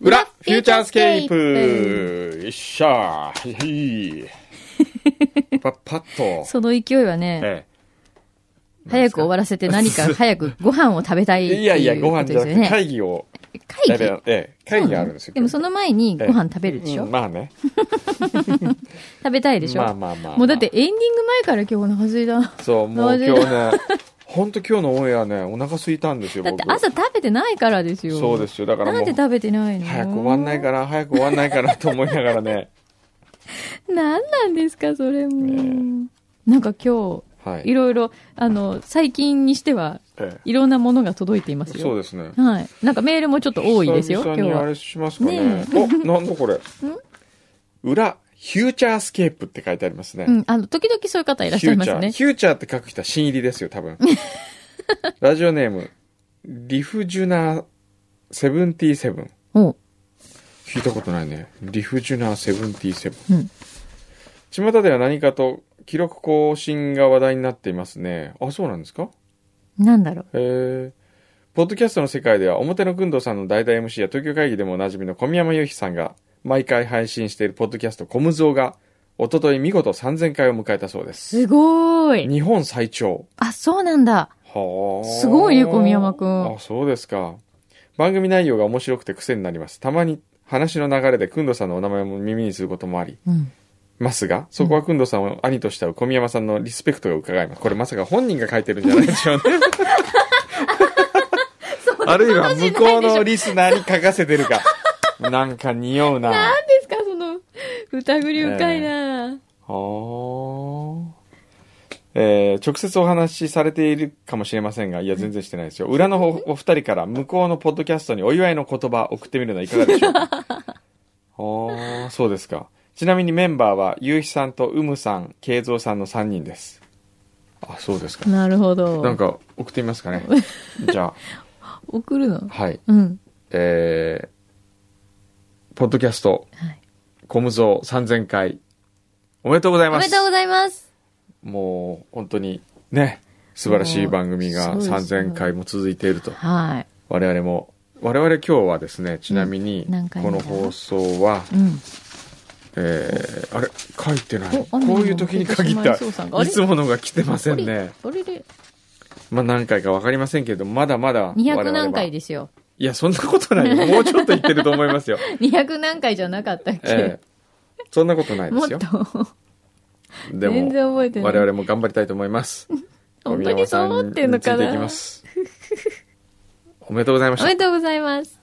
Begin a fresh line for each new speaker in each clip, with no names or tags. チャースケープよっしゃーいいパッパッと。
その勢いはね、
え
早く終わらせて 何か早くご飯を食べたい
え、
って
いやい
い
や、
う
ご
こと
飯
で
じゃ
す
なく
よ
て
ね。
会議を。
会議
ええ、会議があるんですよ。
でもその前にご飯食べるでし
う
ょ
んまあね。
食べたいでし
まあ
ょ
まあまあ。
もうだって、エンディング前から今日お腹すいた。だ
そう、もう
マジで
今日ね、ほんと今日のオンエアね、お腹空いたんですよ、
って
僕。
朝食べてないからですよ。
そうですよ。だからも
なん
う
で、食べてないの
早く終わんないかな、早く終わんないかなと思いながらね。
なんなんですか、それも
ね。
なんか今
は
日、い
い。
ろいろ、あの、最近にしては、
え
いろんなものが届いています
え、
よ。
そうですね。
はい。なんかメールもちょっと多いですよ、
久
今
々
日
にあ
は。
れしますかね。
ね
お、なんだこれ。裏、フューチャースケープって書いてありますね。
うん、あの、時々そういう方いらっしゃいますね。
フューチャー。フューチャーって書く人は新入りですよ、多 分。ラジオネーム、リフジュナーセブンティセブン。
おう
聞いたことないね。リフジュナーセブンティセ
う
ブ
ん
ン。巷では何かと記録更新が話題になっていますね。あ、そうなんですか
なんだろう。
へえ。ポッドキャストの世界では、表の工藤さんの代々 MC や東京会議でもおなじみの小宮山由紀さんが、毎回配信しているポッドキャストコムゾウが、おととい見事3000回を迎えたそうです。
すごーい。
日本最長。
あ、そうなんだ。
はあ。
すごいね小宮山くん
あ、そうですか。番組内容が面白くて癖になります。たまに話の流れで、くんどさんのお名前も耳にすることもあり
うん。
ますが、そこはくんどさんを兄と慕う小宮山さんのリスペクトが伺えます。これまさか本人が書いてるんじゃないでしょ うね。あるいは向こうのリスナーに書かせてるか。なんか匂うな。は
何ですか、その、疑り深いな
あ。えー直接お話しされているかもしれませんが、いや、全然してないですよ。裏のほお二人から向こうのポッドキャストにお祝いの言葉送ってみるのはいかがでしょうか。 ああ、そうですか。ちなみにメンバーは、ゆうひさんとうむさん、けいぞうさんの三人です。あ、そうですか。
なるほど。
なんか、送ってみますか ね。じゃ
送るの
あ、はい。
うん。
えー、ポッドキャスト、
はい。
コムゾウ3000回、おめでとうござい
お
ま
め
す。
でとうございます。
もう、本当に、ね、素晴らしい番組が
そうですね
3000回も続いていると。
は
我々も、我々今日はですね、ちなみに
うん何、回目
こ
だ
の放送は、
い。うん。
えー、あれ、書いてない。
お
こういう時に限っ
雨
た、
の音が聞こえてしまいそうさんがあれ
いつものが来てませ
あ
ん
れ
ね。
あれで、
まあ何回かわかりませんけど、まだまだ我々は。
200何回ですよ。
いや、そんなことない よ。もうちょっと言ってると思いますよ。
200何回じゃなかったっ け
ええそんなことないで
もっ
すよ。
と。
で
全
も、
然覚えてない。
我々も頑張りたいと思います。
本当にそう思ってんのか
小宮山さんについてい
な
きます。おめでとうございまし
お
た
め。でとうございます。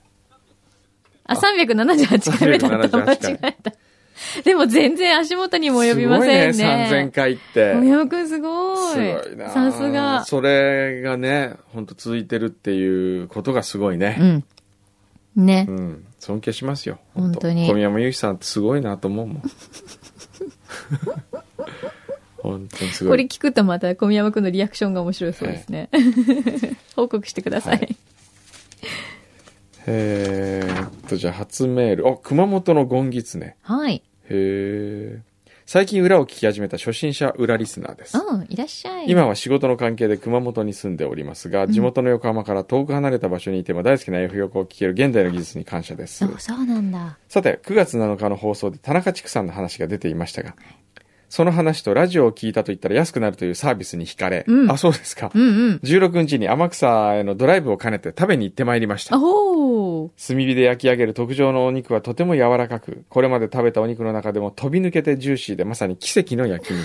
あ、378回目だった。間違
378
えた。でも全然足元にも及びませんね。
すごいね、3000回っ
小
て。
山くんすごい。
すごいな。
さすが。
それがね、ほんと続いてるっていうことがすごいうね。
ん。ね
う。ん。尊敬しますよ。
本当に
小宮山由紀さんってすごいなと 思うもん。本当にすごい。
これ聞くとまた小宮山くんのリアクションが面白いそうですね。 報告してくださ。
はいえーっと、じゃあ初メール。あ、熊本のゴンギツネ。
はい。
へえ。最近裏を聞き始めた初心者裏リスナーです。
うん、いらっしゃい。
今は仕事の関係で熊本に住んでおりますが、地元の横浜から遠く離れた場所にいても大好きな F 横を聞ける現代の技術に感謝です。
そう、そうなんだ。
さて、9月7日の放送で田中畜産の話が出ていましたが、その話とラジオを聞いたと言ったら安くなるというサービスに惹かれ、
うん
あ、そうですか
う。んうん。
16日に天草へのドライブを兼ねて食べに行ってまいりました
あ。ほー。
炭火で焼き上げる特上のお肉はとても柔らかく、これまで食べたお肉の中でも飛び抜けてジューシーでまさに奇跡の焼 肉。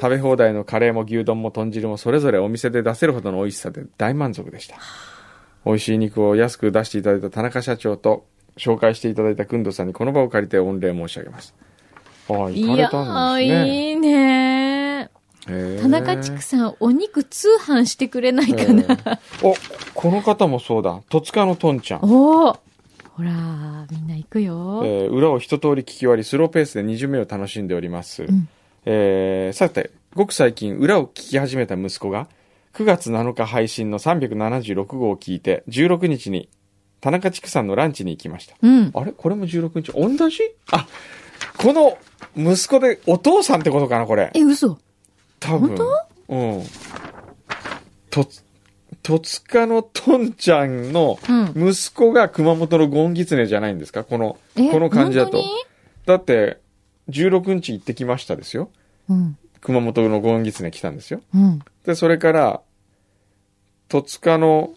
食べ放題のカレーも牛丼も豚汁もそれぞれお店で出せるほどの美味しさで大満足でした。美味しい肉を安く出していただいた田中社長と紹介していただいたくんどさんにこの場を借りて御礼申し上げます。ああ、
い
行かれ
や
たん
ー、
ですね。
いいね
へー
田中畜さん、お肉通販してくれないかな
へ。ー お、この方もそうだ。戸塚のとんちゃん。
おおほら、みんな行くよ。
えー裏を一通り聞き終わり、スローペースで2巡目を楽しんでおります。
ん
えーさて、ごく最近、裏を聞き始めた息子が、9月7日配信の376号を聞いて、16日に、田中畜さんのランチに行きました。
うん。
あれこれも16日同じあ、この息子でお父さんってことかなこれ。
え、嘘
多分。
本
うん。と、戸塚のとんちゃんの
うん。
息子が熊本のゴンギツネじゃないんですかこの、
え
この感じだと
本。
だって、16日行ってきましたですよ。
当に
熊本のゴンギツネ来たんですよ。
うん。うん。
で、それから、戸塚の、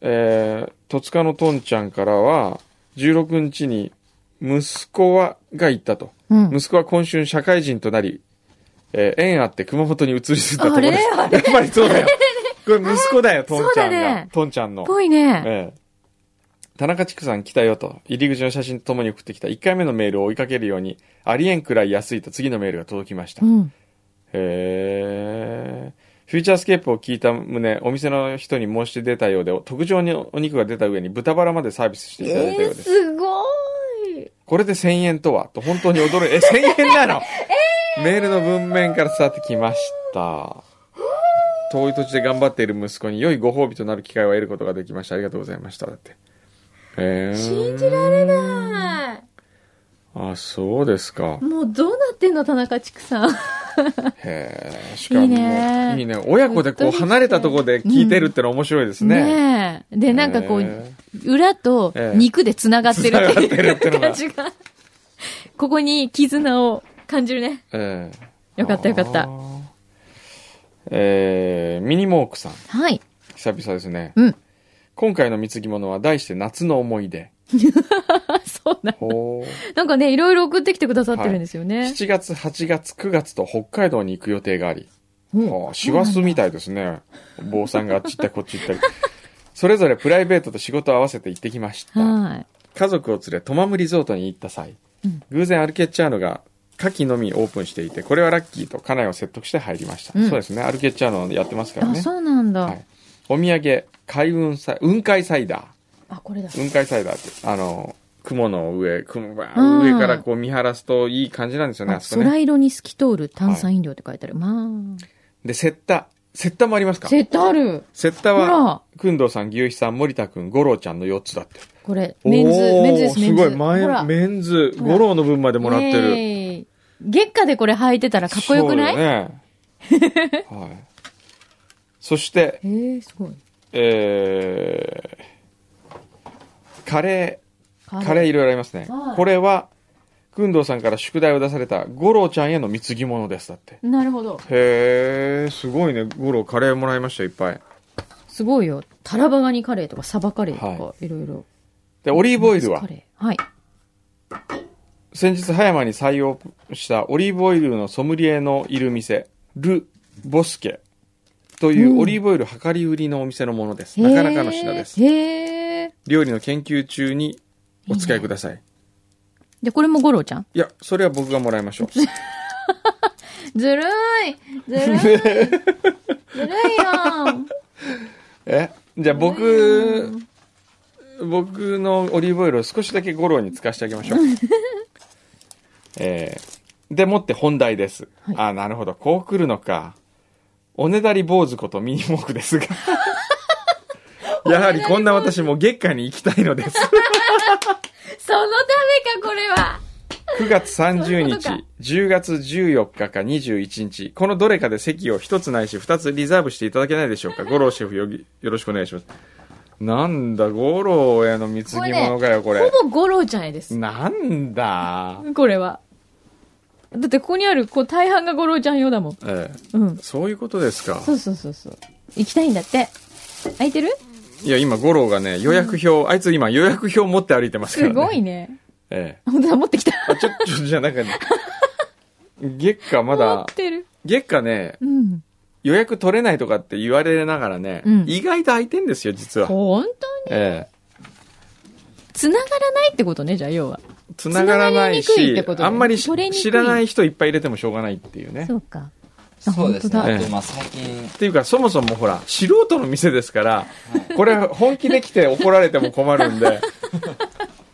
えー、戸塚のとんちゃんからは、16日に、息子は、が行ったと。
うん。
息子は今春社会人となり、えー縁あって熊本に移り住んだところです。
あれあ れ
やっぱりそうだよ。これ息子だよ、とんちゃん
そう
が
だね。
とんちゃんの。
ぽいね。
ええ田中畜さん来たよと、入り口の写真とともに送ってきた1回目のメールを追いかけるように、ありえんくらい安いと次のメールが届きました。
うん。
へえ。フューチャースケープを聞いた旨、お店の人に申し出たようで、特上にお肉が出た上に豚バラまでサービスしていただいた
え
よ
ー、
うです。
すごい。
これで1000円とはと本当に驚い、え、1000円なの、メールの文面から伝わってきました。遠い土地で頑張っている息子に良いご褒美となる機会を得ることができました。ありがとうございました。だって。えー、
信じられな
あ、そうですか
い。。もうどうなってんの、田中畜さん。
へえ。しかも、
いいね
いいね親子でこう離れたところで聞いてるってのは面白いですね。
ねえ。で、なんかこ
え
う、裏と肉で繋がってる
ええ
ってい
繋がってるっていう
う
のが
感じが。ここに絆を感じるね。
ええ
よかったよかった
あーえーミニモークさん。
はい。
久々ですね。
うん
今回の貢ぎ物は題して夏の思い出。
あ、そうなんだ。
ほう。
なんかね、いろいろ送ってきてくださってるんですよね。
7月、8月、9月と北海道に行く予定があり、
ほ
はあ師走みたいですね。坊さんがあっち行ったりこっち行ったり。それぞれプライベートと仕事を合わせて行ってきまし
う
た。
はい。
家族を連れ、トマムリゾートに行った際、
うん
偶然アルケッチャーノが牡蠣のみオープンしていて、これはラッキーと家内を説得して入りました。
うん
そうですね。アルケッチャーノやってますから
あ、
ね。
そうなん
は
だ
い。お土産、海運サイ、雲海サイダー。
あ、これだ。
雲海サイダーって、あの、雲の上、雲が
うん
上からこう見晴らすといい感じなんですよね、あ
あ
そこね。
空色に透き通る炭酸飲料って書いてある。ま
で、セッタ。セッタもあります
あ。
か
セットある。
セッタ
ほ
は、
ら。
くんどうさん、ぎゅうひさん、森田くん、五郎ちゃんの4つだって。
これ、メンズ、メンズです、メンズ。
すごい、
ほら
前、メンズ、
ほら
五郎の分までもらって
イ
る。
エーイ月下でこれ履いてたらかっこよくない、
そうだ ね。はい。そして、
えー、すごい。
えー、カレー、
カ
カレーいろいろありますね
は。い
これは、くんどうさんから宿題を出された五郎ちゃんへの貢ぎ物です、だって。
なるほど。
へえ、すごいね。五郎、カレーもらいました、いっぱい。
すごいよ。タラバガニカレーとかサバカレーと
は
か、いろいろ。
で、オリーブオイルは
カ、レーはい。
先日葉山に採用したオリーブオイルのソムリエのいる店、ル・ボスケといううんオリーブオイル量り売りのお店のものです。なかなかの品です。
へえ。
料理の研究中にお使いください。
で、これもゴロちゃん
いや、それは僕がもらいましょう。
ずるいずるい ずるいよ
えじゃあ
う
僕、僕のオリーブオイルを少しだけ五郎に使わせてあげま しょう。えーでもって本題です。
はい
あ、なるほど。こう来るのか。おねだり坊主ことミニモーク ですが。やはりこんな私も月下に行きたいのです。
そのためか、これは
9月30
そういう
日、10月14日か21日、このどれかで席を一つないし二つリザーブしていただけないでしょうか。五郎シェフよぎよろしくお願いします。なんだ、五郎への貢ぎ物かよ、これ。
ほぼゴロちゃんへです。
なんだ、
これは。だってここにある、こう、大半がゴロちゃん用だもん。
ええ
うん。
そういうことですか。
そうそうそうそう。行きたいんだって。空いてる
いや、今、五郎がね、予約表、あいつ今予約表持って歩いてますから
す
ね。
ごい。ね。
ええ。
本当だ、持ってきた。
あ、ちょ、ちょ、じゃあなんかね、月下ま
持っ
だ、
てる。
月下ね、
うん。
予約取れないとかって言われながらね、
うん
意外と空いてんですよ、実は。
本当
ええ。
繋がらないってことね、じゃあ、要は。
繋がらない
繋がりにくいっ
して
こ、とね
あんまり
取れにくい
知らない人いっぱい入れてもしょうがないっていうね。
そうか。あ
そうですね。
本当
だ
あと、まあ、最近、
っていうか、そもそもほら、素人の店ですから、これ本気で来て怒られても困るん で、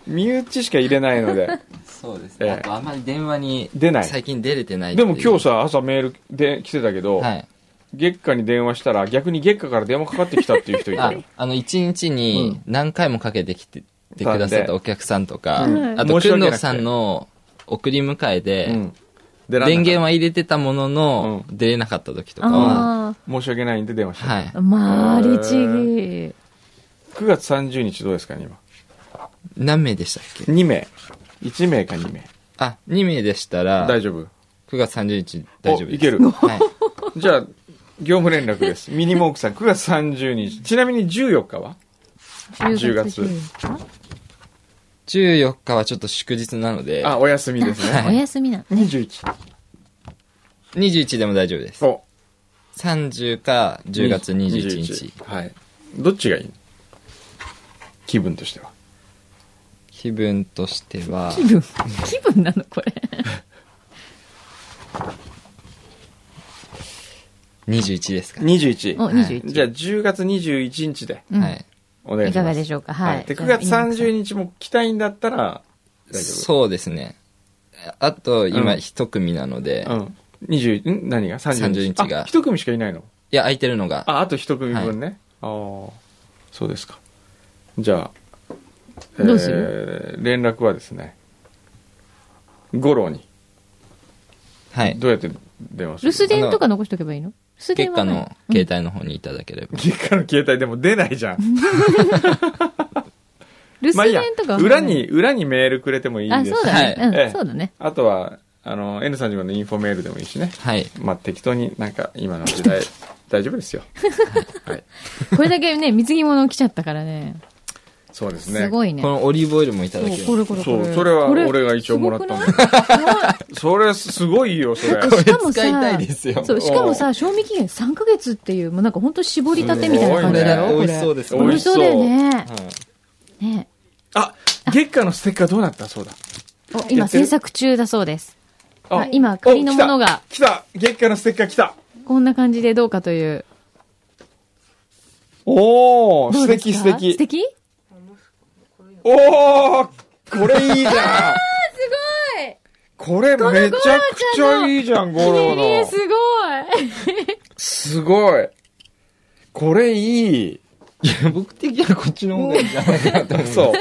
身内しか入れないので。
そうです
ええ
ね。あと、あんまり電話に、
出ない
最近出れてないってい
で
う
も今日、さ、朝メールで来てたけど、
はい。
月下に電話したら、逆に月下から電話かかってきたっていう人いた
あ
よ。、
あの、一日に何回もかけてきて、てくださったお客さんとか、
うん
あ
う
と、
ん
くんどうさんの送り迎えで、
うん出らんなかった
電源は入れてたものの、
う
出れなかった時とかは、
あ
申し訳ないんで電話して、
はい
あ。。まあ、律儀。
9月30日どうですかね、今。
何名でしたっけ
2名。1名か2名。
あ、2名でしたら、
大丈夫。
9月30日大丈夫です。
おいける
はい。
じゃあ、業務連絡 です。ミニモークさん、9月30日。ちなみに14日は10月
あ
14日はちょっと祝日なので、
あ、お休みです
お
ね。
休みなのね。
21。
21でも大丈夫です。
お、
30か10月21日。
はい。どっちがいいの気分としては。
気分としては、
気分、気分なのこれ。
21ですかね。
21。
お、21。
じゃあ、10月21日で
うん
はい。
お願い
い
します。
かがでしょうかはい。
で、9月30
日。
日も来たいんだったら、大丈
そうですね。あと、今、
うん
1組なので、
夫。うん。20、ん何が ?30 日。
30日が
あ一組しかいないの
いや、空いてるのが、
あ、あと一組分ね。ああ、そうですか。じゃあ、
どうす
る連絡はですね、五郎に、
はい。
どうやって電話す
留
る
守電とか残しとけばいいの留守
結
電
果
はない
の携帯の方にいただければ。
結果の携帯でも出ないじゃん。
留
まあい
守
いや
電とか、は
裏に、裏にメールくれてもいい
あ、
んです
そうだね。
はい
え
う
え
ん、そうだね。
あとは、あの、N35 のインフォメールでもいいしね。
はい。
まあ適当になんか今の時 代、大丈夫ですよ。はい。
これだけね、貢ぎ物来ちゃったからね。
そうですね。
すごいね。
このオリーブオイルもいた
そ
だ
う
ければ
こ。れこれこ
そう、
れ。
それは
こ
俺が一応もらったんだよ。
すごい
それすご いよ、そ れ。
しかも
使いたいで
さ、
すよ。
そう、しかもさ、賞味期限3ヶ月っていう、もうなんか本当絞りたてみたいな感じだ
す
よ。
美
これ
味しそうです
ね
美味しそうだよね。
はい
ね。
あ、月下のステッカーどうなったそうだ。
お今制作中だそうです。
あ
あ今仮のものが
お来た来た月下のステッカー来た
こんな感じでどうかという。
おお
ど
素
うです
敵
か
素敵
素敵
おおこれいいじゃん
すごい
これめちゃくちゃいいじゃん、ゴロ
え
の
す。ごい
すごい。これいい。
いや、僕的にはこっちの方がいいんじゃないかなと思います
そう。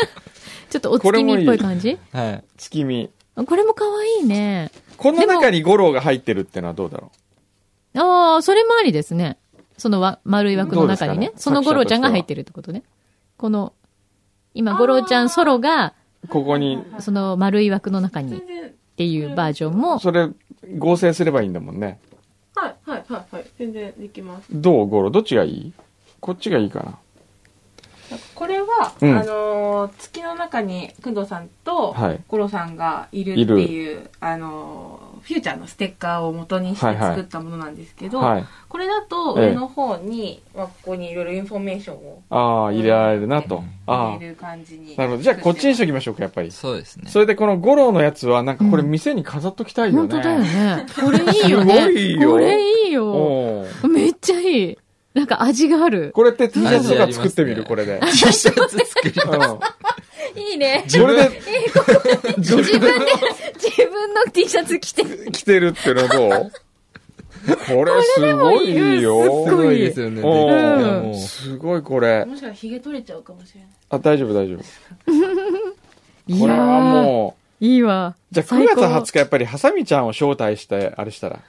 ちょっとお月見っぽい感じ
はい。
月見。
あこれも可愛いね。
この中にゴロが入ってるってのはどうだろ
ああ、それもありですね。そのわ丸い枠の中に
どう
ね。
ですか
そ
ね
のゴロちゃんが入ってるってことね。この、今、ゴロちゃんソロが、
うここに、
その丸い枠の中にっていうバージョンも、
それ合成すればいいんだもんね。
はいはいはいはい全然できます
どうゴロどっちがいいこっちがいいかな
なんかこれは、
うん
あのー月の中に工藤さんと
はい
五郎さんがいるって
いる
いうあのーフューチャーのステッカーを元にして
はいはい
作ったものなんですけど、
はい。
これだと
ええ
上の方に、まあ、ここにいろいろインフォメーションを
ああ、入れられるなと。ああ
入。れる感じに
なるほど。じゃあ、こっちにし
作
ときましょうか、やっぱり。
そうですね
そ。れで、この五郎のやつは、なんかこれ店に飾っときたいよね。
本当だよね。これいいよね。
すごいよ
これいいよ。
おー
めっちゃいい。なんか味がある。
これって T シャツと
味あ
か
りま
作
すね
ってみる、これで。
T シャツ作り
うん。こ
いい
れで
ね。自分で、自分の T シャツ着て。
着てるってのはどうこれすごい
これでもいいすっ
よ。
ごい
よね
お
ー
いやもう
すごいこれ
って。もしかしたらヒゲ取れちゃうかもしれない
あ、大丈夫大丈夫。
い
これ
や
は
ー、
も
いいわ。
う。じゃあ9
最
月
高
20日やっぱりハサミちゃんを招待して、あれしたら。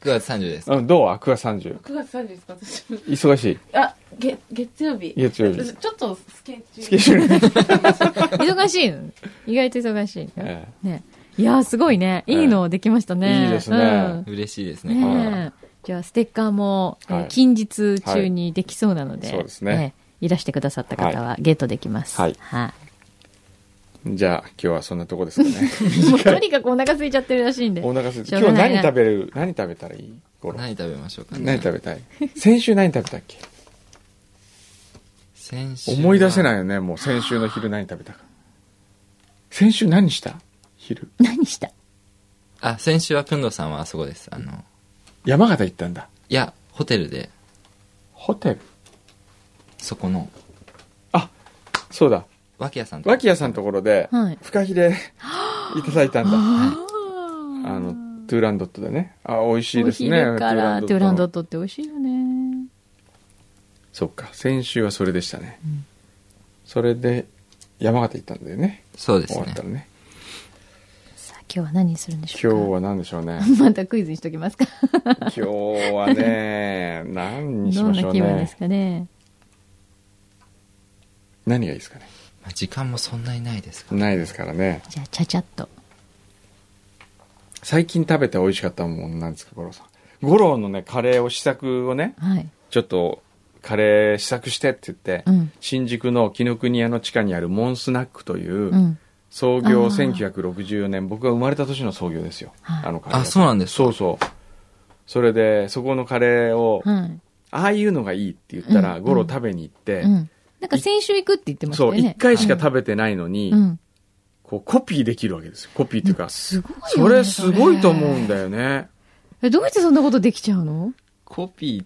9月30です。
うん、どう ?9 月30。
9月30ですか私
忙 しい。
あげ月曜日
月曜日
ちょっとスケジュール
スケジュールに。
忙しいの。意外と忙しい。
え
ね。いやー、すごいね。いいのできましたね。
いいですね
うん
嬉しいですね。
は
ねえ。じゃあ、ステッカーも、えー
はい
近日中にできそうなので、
はいそうですね
いらしてくださった方はゲットできます。
はいえじゃあ、今日はそんなとこですかね。
もうとにかくお腹空いちゃってるらしいんで。
お腹すい
しょ
今
う
日
がない
何
な
食べる何食べたらいいゴロ
何食べましょうかね。
何食べたい先週何食べたっけ
先週は
思い出せないよねもう先週の昼何食べたか先週何した昼
何した
あ、先週はくんどさんはあそこです。あの、
山形行ったんだ
いや、ホテルで、
ホテル
そこの、
そうだ
脇屋さんと
脇屋さんのところで
はい。
フカヒ レいただいたんだあ
あ
のトゥーランドットでねあ美味しいですね
お昼からトゥーランドッ
ト
トって美味しいよね。
そっか先週はそれでしたね、それで山形行ったんだよね
そうです
終わっ
ね
た。らね
さあ今日は何するんでし
今
ょうか
日は何でしょうね。
またクイズにしときますか。
今日は ね、何にし
どん
ましょ
な
う
気分で
ね
す。かね。
何がいいですかね。
まあ時間もそんなにないですから。
ないですからね。
じゃあ、ちゃちゃっと。
最近食べて美味しかったもんなんですか、五郎さん。五郎のね、カレーを試作をね、
はい。
ちょっと、カレー試作してって言って、
うん
新宿の紀ノ国屋の地下にあるモンスナックという、
うん。
創業
あー
1964年僕が生まれた年の創業ですよ、
はい
あのカレー屋さ
あそうなんですか
そうそうそれでそこのカレーを、
はい。
ああいうのがいいって言ったら、
うんうん
ゴロ食べに行って、
うん。なんか先週行くって言ってました
そ
よ
う
ね。
1回しか食べてないのに、
うんうん。
こうコピーできるわけですよコピーっていうか、
すごいよね。
それすごいと思うんだよね
え、どうやってそんなことできちゃうの
コピー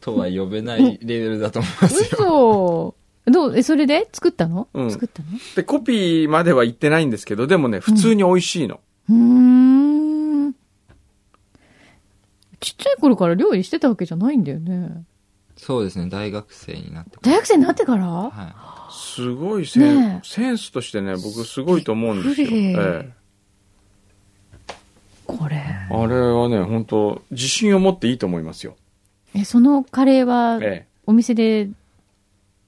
とは呼べないレベルだと思いますよ。
嘘。どう、え、それで作ったの
うん
作ったの
でコピーまでは行ってないんですけどでもね普通に美味しいの、
うーん。ちっちゃい頃から料理してたわけじゃないんだよね。
そうですね、大学生になってから
大学生になってから、
は
すごいセン,、
ねえ
センスとしてね僕すごいと思うんですよ、
びっくり
ええ
これ。
あれはね本当自信を持っていいと思いますよ
え、そのカレーは、
ええ
お店で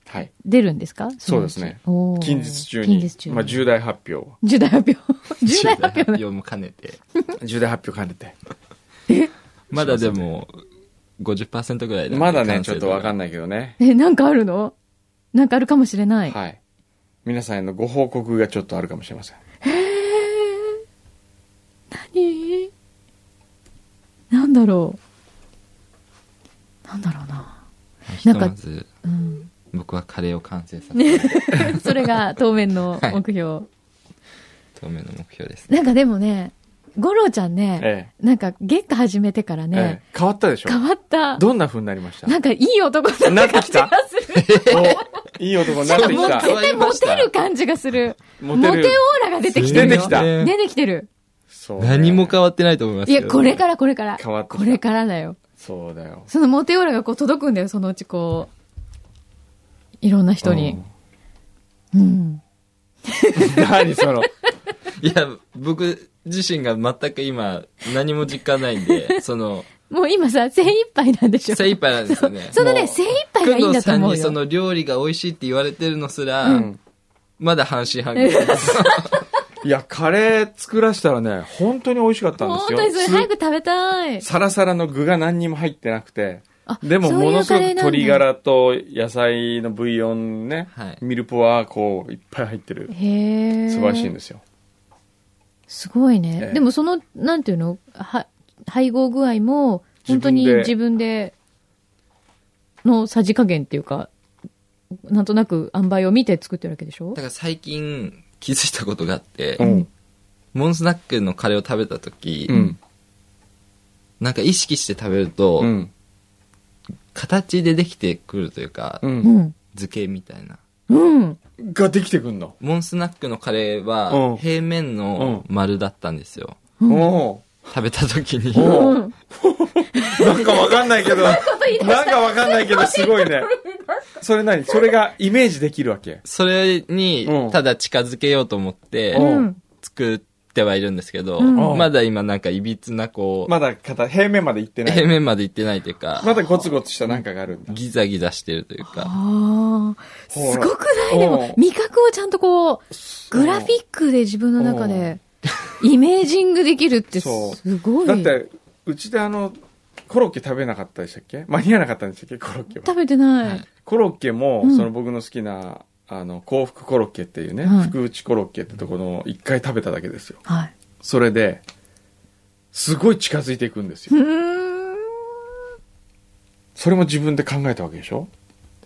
はい。
出るんですか
そうですね。
のうち
近日中
近
に、
日中に。
まあ、重大発表を
重大発表。
い。
重大 発表
発
ね。
表も兼ねて。
重大発表兼ねて。
まだでも、50%ぐらいなんで
まだね、ちょっとわかん
ない。
ないけどね。
え、なんかあるのなんかあるかもしれない。
はい。皆さんへのご報告がちょっとあるかもしれません。
何なんだろう。なんだろうな。
ひとま
なん
ず、
うん。
僕はカレーを完成させる
それが当面の目標。
当面の目標ですね。
なんかでもね、五郎ちゃんね、
え
なんか月下始めてから
え。え
ね、
え変わったでしょ
変わった。
どんな風になりました
なんかいい男だな感じがする。
おいい男になってき
なん
た
か。絶対モテる感じがする。
モ
モテ
テ
オー
る。
ラが出てきてるよ。
出てきた
出てきてる。
そうね
何も変わってないと思います
い
けど。
や、これからこれから。
変わってきた
これからだよ。
そうだよ。
そのモテオーラがこう届くんだよ、そのうちこう。いろんな人に。うん。
何その、
いや、僕自身が全く今、何も実感ないん で、その、
もう今さ、精一杯なんでしょ
精一杯なんですよね。
そのね、
もう
精一杯がいいんだと
さん
思う
にそ
よ。
の料理が美味しいって言われてるのすら、
うん
まだ半信半疑です。
いや、カレー作らしたらね、本当に美味しかったん
もう
で
本
すよ。
当にそれ早く食べたい。
サラサラの具が何にも入ってなくて、
あ
でも
そうい
も
う
のすご
カレ
く
ーなんだ
鶏ガラと野菜のブイヨンね、
はい
ミルポはこういっぱい入ってる。
へえ。
素晴らしいんですよ。
すごいね。
ええ
でもその、なんていうのは、配合具合も、本当に自
自
分で、のさじ加減っていうか、なんとなく塩梅を見て作ってるわけでしょ
だから最近気づいたことがあって、
うん。
モンスナックのカレーを食べた時、
うん。
なんか意識して食べると、
うん。
形でできてくるというか、
う。
うんん。
図形みたいな。
うん。
ができてくんの。
モンスナックのカレー
うん
は、平面の丸だったんですよ。
うん
お
食べた時に。
お
う
お
ん。
なんかわかんない けど、なんかわかんないけど、すごいね。それ何それがイメージできるわけ。
それに
うん、
ただ近づけようと思って、
うん
うん。
作ってはいるんですけど、
うん
まだ今なんかいびつなこう、
まだ形、平面までいってな
平
い。
面まで行ってないというか、
まだゴツゴツしたなんかがあるんだ。
ギザギザしてるというか、
ああ。す
ほ
ご
ら
くないでも、
うん
味覚をちゃんとこう、グラフィックで自分の中で、イメージングできるってす
そう
ごい。
だって、うちであの、コロッケ食べなかったでしたっけ間に合わなかったんでしたっけコロッケは。
食べてない。
コロッケも、
うん
その僕の好きな、あの、幸福コロッケっていうね、
はい
福内コロッケってところの一回食べただけですよ。
はい。
それで、すごい近づいていくんです
う
よ。
ーん。
それも自分で考えたわけでしょ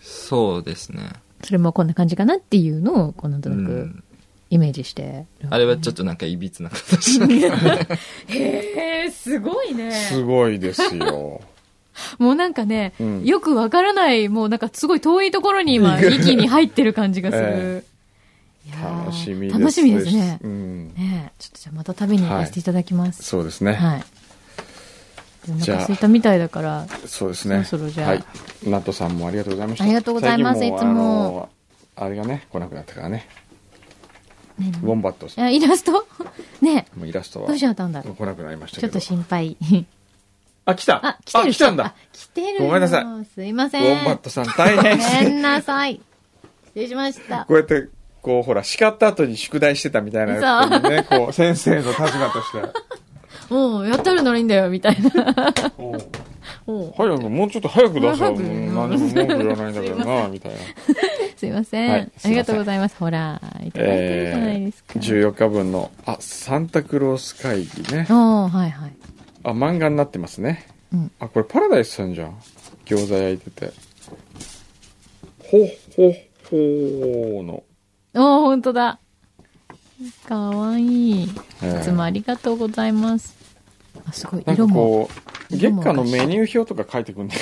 そうですね。
それもこんな感じかなっていうのを、こうなんと
う
なく
ん
イメージしてる。
あれはちょっとなんかいびつ な形なんで
へえ、すごいね
すごいですよ。
もうなんかね、
うん
よくわからない、もうなんかすごい遠いところに今、域に入ってる感じがす る。いやー
楽しみです。
楽しみですね。
うん。
ねえちょっとじゃあまた食べに行かせていただきます。
そうですね。
はい。でお
じゃあ
腹空いたみたいだから、
そうですね。
そろそろじゃあ
はい。ナットさんもありがとうございました。
ありがとうございます
最近
いつも
あのあれがね、来なくなったからね。
ね
ウォンバットさん
あイラスト ね
もうイラストは。
どうしちゃったんだろう
来なくなりました
ち
け
ょっ
ど
と。心配。
あ、来た
あ、来てる
あ、来たんだ
あ来てるよ
ごめんなさ
すいま
ウ
せん。
ォンバットさん大変
ごめんなさい。失礼し ました。
こうやって、こう、ほら、叱った後に宿題してたみたいなやつね、こう、先生の立場として。
もう、やったるならいいんだよ、みたいな。おう
早く、もうちょっと早く出せよ。
早く
もう何も文句言わないんだけどな、みたいな。
すいません、
はい
ありがとうございます。ほら、いただいてるじゃないですか。
14日分の、あ、サンタクロース会議ね。
おーはいはい。
あ、漫画になってますね。
うん
あ、これパラダイスさんじゃん。餃子焼いてて。ほ、ほ、ほーの。
おー、ほんとだ。かわいい。い
えー
つもありがとうございます。あ、すごい、
なん
色
か
も。
こう、月下のメニュー表とか書いてくんね。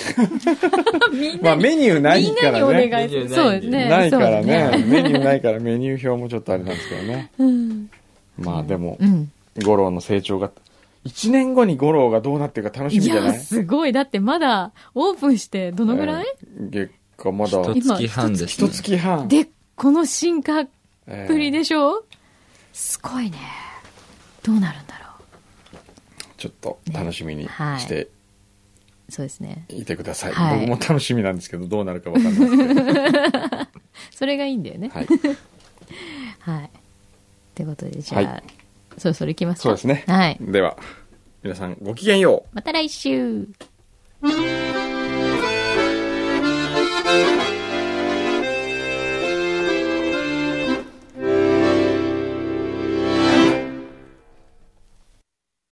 みん
ま
な
あ
に、
メニューない
みん
か
なに
ら
お
ね。
願いす
メ
る。
ニューないんで
そうですね。
ないから
そうです
ね。メニューないからメニュー表もちょっとあれなんですけどね。
うん。
まあでも
う、ん。
五郎の成長が、1年後に五郎がどうなってるか楽しみ
い
じゃ
や、
ない
すごい。だってまだ、オープンして、どのぐらい、
えー月下まだ、
一月半です
一
ね
月半。
で、この進化っ
えー
ぷりでしょ、すごいね。どうなるんだろ
ちょっと楽しみに
はい
して
う。そうですね。
いてください。
はい
僕も楽しみなんですけど、どうなるかわかんない ですけど。
それがいいんだよね。
はい。
はい。ってことで、じゃあ、
は
そろそろ行きますか。
そうですね
はい。
では、皆さんごきげんよう。
また来週。